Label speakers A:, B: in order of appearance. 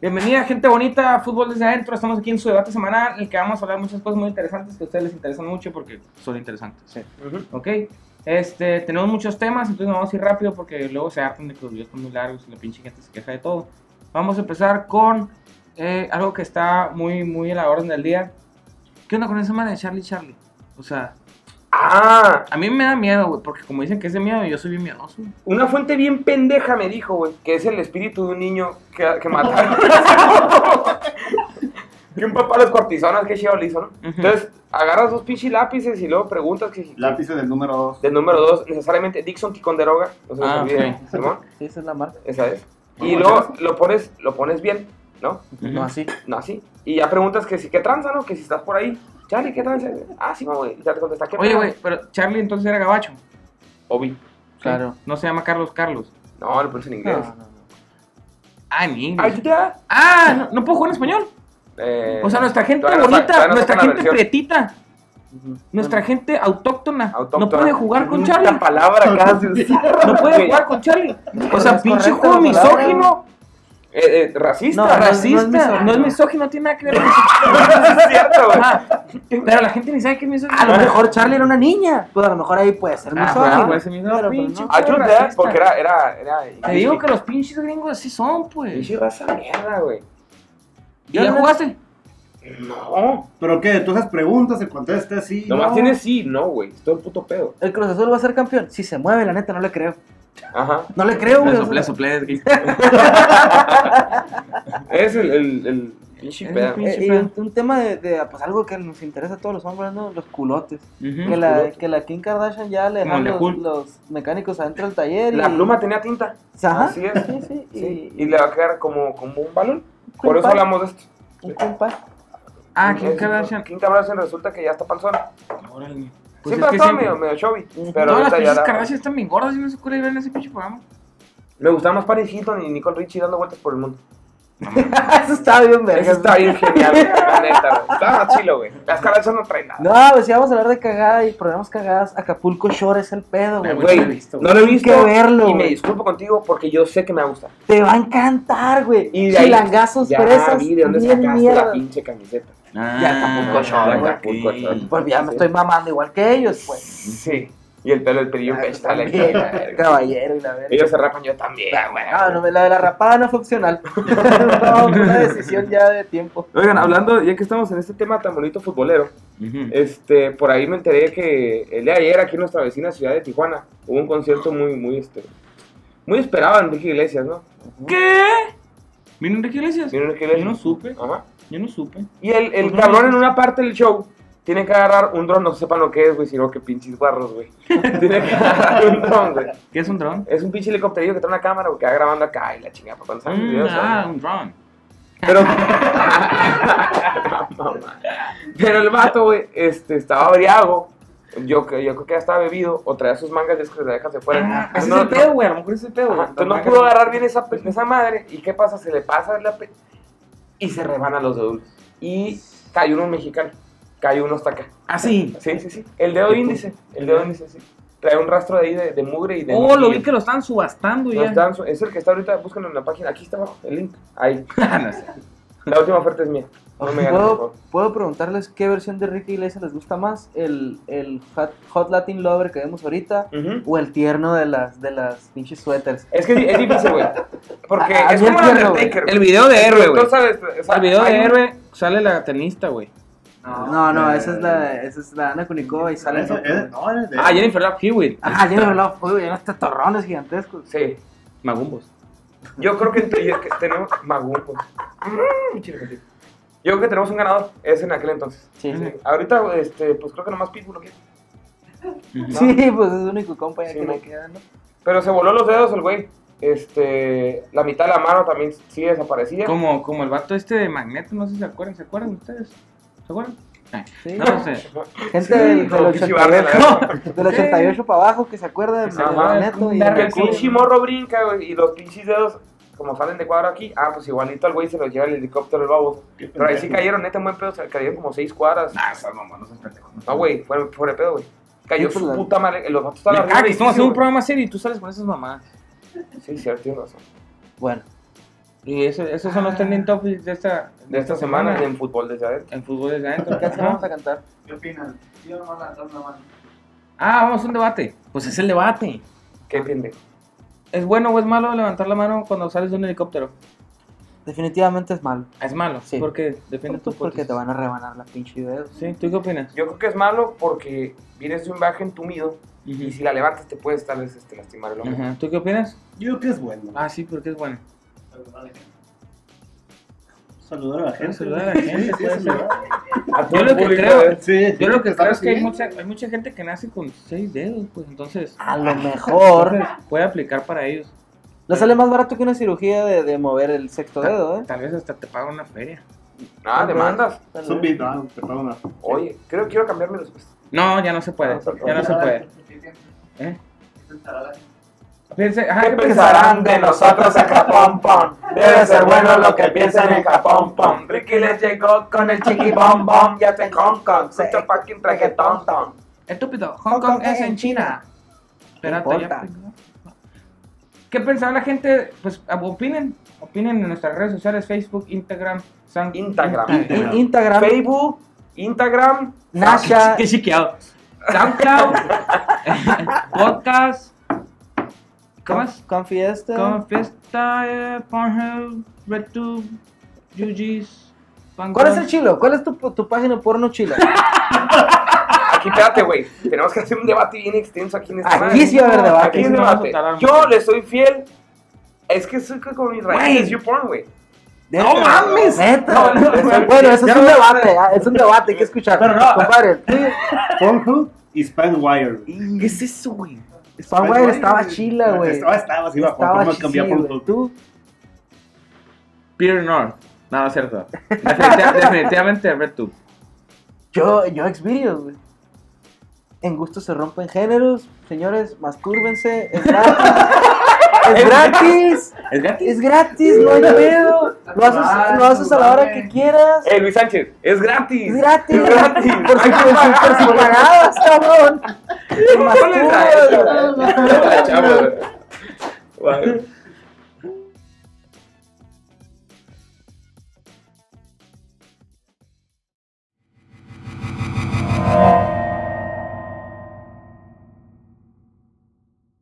A: Bienvenida, gente bonita, Fútbol desde adentro. Estamos aquí en su debate semanal en el que vamos a hablar muchas cosas muy interesantes que a ustedes les interesan mucho porque son interesantes. Ok, este, tenemos muchos temas, entonces nos vamos a ir rápido porque luego se hartan de que los videos son muy largos y la pinche gente se queja de todo. Vamos a empezar con eh, algo que está muy, muy a la orden del día. ¿Qué onda con esa madre de Charlie Charlie? O sea,
B: Ah,
A: a mí me da miedo, güey, porque como dicen que es de miedo, yo soy bien miedoso.
B: una fuente bien pendeja me dijo, güey, que es el espíritu de un niño que, que mataron. que un papá los cortizonas, que chido le hizo, ¿no? Entonces, agarras dos pinches lápices y luego preguntas que si-
C: Lápices del número 2.
B: del número dos, necesariamente Dixon Ticonderoga, no se nos
A: Ah,
B: olvide,
A: ok.
B: Simón,
D: Sí, esa es la marca.
B: esa es.
C: Muy
B: Y
C: buena
B: luego lo pones, lo pones bien, ¿no?
D: No así.
B: No así. Y ya preguntas que si qué tranza, ¿no? Que si estás por ahí. Charlie, ¿qué tranza? Ah, sí, güey. Y ya te contesta, ¿qué
A: Oye,
B: pedo?
A: güey, pero Charlie entonces era gabacho.
B: Obi.
D: Claro.
A: No se llama Carlos Carlos.
B: No, lo pones en inglés.
D: No, no, no.
A: Ah, en inglés.
B: Ayuda.
A: Ah, no, no puedo jugar en español.
B: Eh,
A: O sea, nuestra gente
B: todavía no sa-
A: bonita,
B: todavía no
A: nuestra
B: sacan
A: gente
B: la versión.
A: prietita,
D: Ujú.
A: nuestra gente autóctona,
B: Autóctona.
A: no puede jugar con
B: Nunca
A: Charlie.
B: palabra casi usada,
A: No puede
B: güey.
A: jugar con Charlie. O
D: No
A: sea,
D: es
A: pinche
D: correcta
A: juego
D: la palabra.
A: misógino,
B: Eh, eh, racista.
D: No, no es-
A: racista, no es,
D: misógino.
A: misógino, no tiene nada que ver con eso.
B: es cierto, güey.
A: Ah, Pero la gente ni sabe qué es misógino.
D: A lo mejor Charlie era una niña. Pues a lo mejor ahí puede ser
A: Ah,
D: misógino.
A: bueno, puede ser misógino,
D: Pero, pues,
A: pinche.
D: no.
B: Ayuda, eh,
A: racista.
B: porque era, era, era.
A: Te digo que los pinches gringos así son, pues.
B: Pinche raza mierda, güey.
A: ¿Y ya jugaste?
B: No.
C: ¿Pero qué? Tú haces preguntas, el contesta así.
B: Nomás tienes sí, no, güey. Es todo el puto pedo.
D: El Cruz Azul va a ser campeón. Si se mueve, la neta, no le creo.
B: Ajá.
D: No le creo, güey. o sea,
B: Es el, el, el pinche
A: Es
B: pedo.
A: un
D: eh,
A: pinche
D: y
A: pedo.
D: un, un tema de, de, pues algo que nos interesa a todos los hombres, ¿no? Los culotes.
A: Ujú.
D: Que la,
B: Mm, culotes.
D: que la Kim Kardashian ya le
A: Como
D: dejan
A: el de
D: los,
A: Hulk.
D: los mecánicos adentro del taller.
B: La
D: y-
B: pluma Ah, tenía tinta.
D: Ajá.
B: Así es.
D: Sí, sí. Y,
B: Sí. Y le va a quedar como, como un balón. Por eso
D: Compa.
B: hablamos de esto.
D: un compa.
A: Ah, Kim
B: Es-
A: Kardashian.
B: Kim Kardashian resulta que ya está panzona.
A: Órale. Pues es
B: Siempre ha
A: que
B: estado
A: siempre-
B: medio, medio chubby.
D: Ujú.
A: Todas
B: Pero
A: las
B: ahorita ya
A: pinches
B: la-
A: Kardashian están bien gordas y no sé cuál es en ese pinche programa.
B: Me gustaba más Paris Hilton y Nicole Richie dando vueltas por el mundo.
D: Eso está bien, verga.
B: Eso está bien genial, güey, la neta, güey. Estaba más chilo, güey. Las Kardashian no traen nada.
D: No, pues si vamos a hablar de cagada y programas cagadas, Acapulco Shore es el pedo, güey.
B: Güey,
A: no lo he visto,
B: no lo he visto.
D: que verlo,
B: Y me
D: güey.
B: disculpo contigo porque yo sé que me gusta.
D: Te va a encantar, güey.
B: Y de ahí-
D: Chilangazos,
B: Ya
D: presas.
B: vi de dónde
D: bien
B: sacaste
D: mierda.
B: la pinche camiseta.
D: Acapulco
B: Shore,
A: ok.
B: Acapulco Shore.
D: Pues ya me estoy mamando igual que ellos, pues.
B: Sí. Y el pelo, el pelillo pechtal.
D: Ah, También, caballero y la verga.
B: Ellos se rapan, yo también, güey.
D: Ah, no, la de la rapada no fue opcional. no, fue una decisión ya de tiempo.
B: Oigan, hablando, ya que estamos en este tema tan bonito futbolero,
A: Ujú.
B: este, por ahí me enteré que el de ayer aquí en nuestra vecina ciudad de Tijuana hubo un concierto muy, muy, este, muy esperado de Enrique Iglesias, ¿no?
A: ¿Qué? ¿Vino Enrique Iglesias?
B: ¿Vieron Enrique
A: Yo no
B: Iglesias?
A: supe, Pues
B: Ajá.
A: yo no supe.
B: Y el, el
A: Ujú.
B: cabrón en una parte del show tiene que agarrar un dron, no sepan lo que es, güey, sino que pinches barros, güey. tiene que agarrar un dron, güey.
A: ¿Qué es un dron?
B: Es un pinche helicóptero que trae una cámara, güey, que va grabando acá y la chingada, para cuando salen
A: Mm,
B: videos,
A: ah,
B: ¿sabes?
A: un dron.
B: Pero. Mamá. Pero el vato, güey, este, estaba briago. Yo, cre- yo creo que ya estaba bebido o traía sus mangas de esas que le dejan de fuera.
A: Ah, ese
B: pues No,
A: es el
B: no-
A: pedo, güey. A lo mejor ese es el pedo,
B: Ajá,
A: güey.
B: entonces no pudo agarrar bien esa, esa madre. ¿Y qué pasa? Se le pasa la pe- y se rebana los dedos. Y cayó uno mexicano. Cayó uno hasta acá.
A: Así.
B: Sí, sí, sí. El dedo índice. El dedo índice, sí. Trae un rastro de ahí de, de mugre y de.
A: Oh, lo vi que lo están subastando
B: No
A: ya.
B: está en su- es el que está ahorita, búsquenlo en la página. Aquí está abajo, el link. Ahí.
A: Ah, No sé.
B: La última oferta es mía. No me ganes, por
D: ¿Puedo,
B: favor.
D: puedo preguntarles qué versión de Ricky Iglesias les gusta más? ¿El, el hot, Hot Latin Lover que vemos ahorita?
B: Ujú.
D: ¿O el tierno de las, de las pinches suéteres?
B: Es que es difícil, güey. Porque
D: A- a
B: es
D: mí
B: como
D: el
B: el
D: tierno,
B: Undertaker.
A: El video de héroe, güey.
B: Tú sabes, o sea,
A: El video de
B: hay un-
A: héroe sale la tenista, güey.
D: No,
B: Eh.
D: no, esa es la, esa es la Ana Kunikova y sale...
C: Ese- ese- no, ese-
A: Ah, Jennifer Love Hewitt.
D: Ah, ya me hablaba, uy, unos tatorrones gigantescos.
B: Sí.
A: Magumbos.
B: Yo creo que, entre- que tenemos. Magumbo. Mm, chido. Yo creo que tenemos un ganador. Es en aquel entonces.
D: Sí, sí.
B: Ahorita, este, pues creo que nomás Pitbull lo quiere.
D: Sí, pues es el único compa ya
B: Sí,
D: que
B: no.
D: me queda, ¿no?
B: Pero se voló los dedos el güey. Este, la mitad de la mano también sigue desaparecida.
A: Como, como el vato este de Magneto, no sé si se acuerdan. ¿Se acuerdan ustedes? ¿Se acuerdan? Ay,
D: Sí.
A: No, no sé.
D: Gente
B: Sí,
D: del, del,
B: como pinche barrio,
D: 88,
B: la verdad.
D: del 88 para abajo que se acuerda de
A: Que
B: se acuerda de
D: Neto y
A: Kunda,
B: Que el
A: Recuerdo.
B: pinche morro brinca, güey, y los pinches dedos, como salen de cuadro aquí, ah, pues igualito al güey se los lleva el helicóptero el babo. Pero ahí sí cayeron, neta, un buen pedo, se cayeron como seis cuadras.
A: Nah, Ah, esas mamás no seas pendejo.
B: No, Ah, güey, fue fuera de pedo, güey. Cayó
D: Sí, pues,
B: su
D: la-
B: puta madre, los vatos
A: Me
B: estaban arriba
A: caga Ah, que
B: del
A: estamos haciendo un
B: edificio,
A: programa serio y tú sales con esas mamás.
B: güey. Sí, cierto, tienes razón.
D: Bueno,
A: Y eso, esos son los trending topics de Ah. esta,
B: De esta semana en fútbol desde adentro.
A: en fútbol desde adentro.
D: ¿Qué canción
A: Ajá.
D: vamos a cantar?
E: ¿Qué opinan? Yo nomás lanzar una mano.
A: Ah, vamos a un debate. Pues es el debate.
B: ¿Qué entiende?
A: ¿Es bueno o es malo levantar la mano cuando sales de un helicóptero?
D: Definitivamente es malo.
A: Ah, Es malo,
D: Sí.
A: porque depende
D: Tú Pues porque te van a rebanar la pinche dedo.
A: Sí, ¿tú qué opinas?
B: Yo creo que es malo porque vienes de un viaje entumido y si la levantas te puedes tal vez este, lastimar el hombro.
A: Ajá, ¿Tú qué opinas?
C: Yo creo que es bueno.
A: Ah, sí, porque es bueno.
C: Saludar a la gente.
A: Saludar a la gente,
C: Sí, sí,
A: puede
C: saludar.
B: A
A: Yo lo que
B: público,
A: creo-
B: ¿eh?
C: Sí,
A: Yo lo que
C: está
A: creo es que hay
C: bien.
A: mucha, hay mucha gente que nace con seis dedos, pues entonces
D: A lo mejor.
A: entonces, puede aplicar para ellos.
D: No sale más barato que una cirugía de, de mover el sexto dedo, ¿eh?
A: Tal vez hasta te pagan una feria.
B: Ah, demandas.
D: Tal vez.
C: Son bien, ah, perdona.
B: Oye, creo quiero cambiarme los
A: No, ya no se puede.
B: No se puede.
A: Ya no se puede. ¿Eh? Piense- ajá,
B: ¿Qué
A: ¿qué
B: pensarán de nosotros en Japón, pom? Debe ser bueno lo que piensan en Japón, pom. Ricky les llegó con el chiqui bom bom, ya está en Hong Kong. Se fucking reggaetón, tom.
A: Estúpido, Hong Kong es en China. Espérate, ya. pues,
D: importa?
A: ¿Qué pensaba la gente? Pues ab- opinen. Opinen en nuestras redes sociales: Facebook, Instagram, San...
B: Instagram.
D: In- Instagram,
B: Facebook, Ah, Instagram,
D: Nasha,
A: Qué chiqueado. Ah, SoundCloud, podcast. ¿Cómo es?
D: Confiesta.
A: Con fiesta, eh, Pornhub, RedTube, UGs.
D: ¿Cuál es el chilo? ¿Cuál es tu, tu página porno chila?
B: Aquí, espérate, güey. Tenemos que hacer un debate bien extenso aquí en esta
D: Aquí
B: madre.
D: sí va a haber debate.
B: Aquí
A: sí
B: es
A: no vamos a
B: debate.
A: tardar
B: Yo
A: mucho.
B: le soy fiel. Es que soy como mis raíces. Yo porn, güey.
D: ¡No mames!
B: No, no, no.
D: bueno, eso
B: Ya
D: es un
B: no vamos a-
D: debate, ah, es un debate, hay que escuchar.
C: Pero no.
D: Compadre, tú-
C: Pornhub y Spanwire.
B: ¿Qué es eso, güey?
D: Spanwire estaba chila, güey.
C: Estaba, estaba, sí, iba a
D: Estaba
C: ¿Cómo cambiar
D: chila, güey.
C: Pornhub?
D: Tú,
A: Peter North. No, es cierto. Definitiva- definitivamente RedTube.
D: yo, yo Xvideos, güey. En gusto se rompen géneros, señores, mastúrbense, es gratis. es gratis,
A: ¿Es gratis?
D: es gratis, no hay pedo. Lo haces, lo haces a la hora que quieras.
B: Eh, Luis Sánchez, es gratis.
D: Es gratis,
B: Es gratis.
D: por si, por si, por si pagabas, cabrón. Te
B: ¿Cómo les da eso,
D: masturbas, güey.
B: güey? La chava, güey. Guau.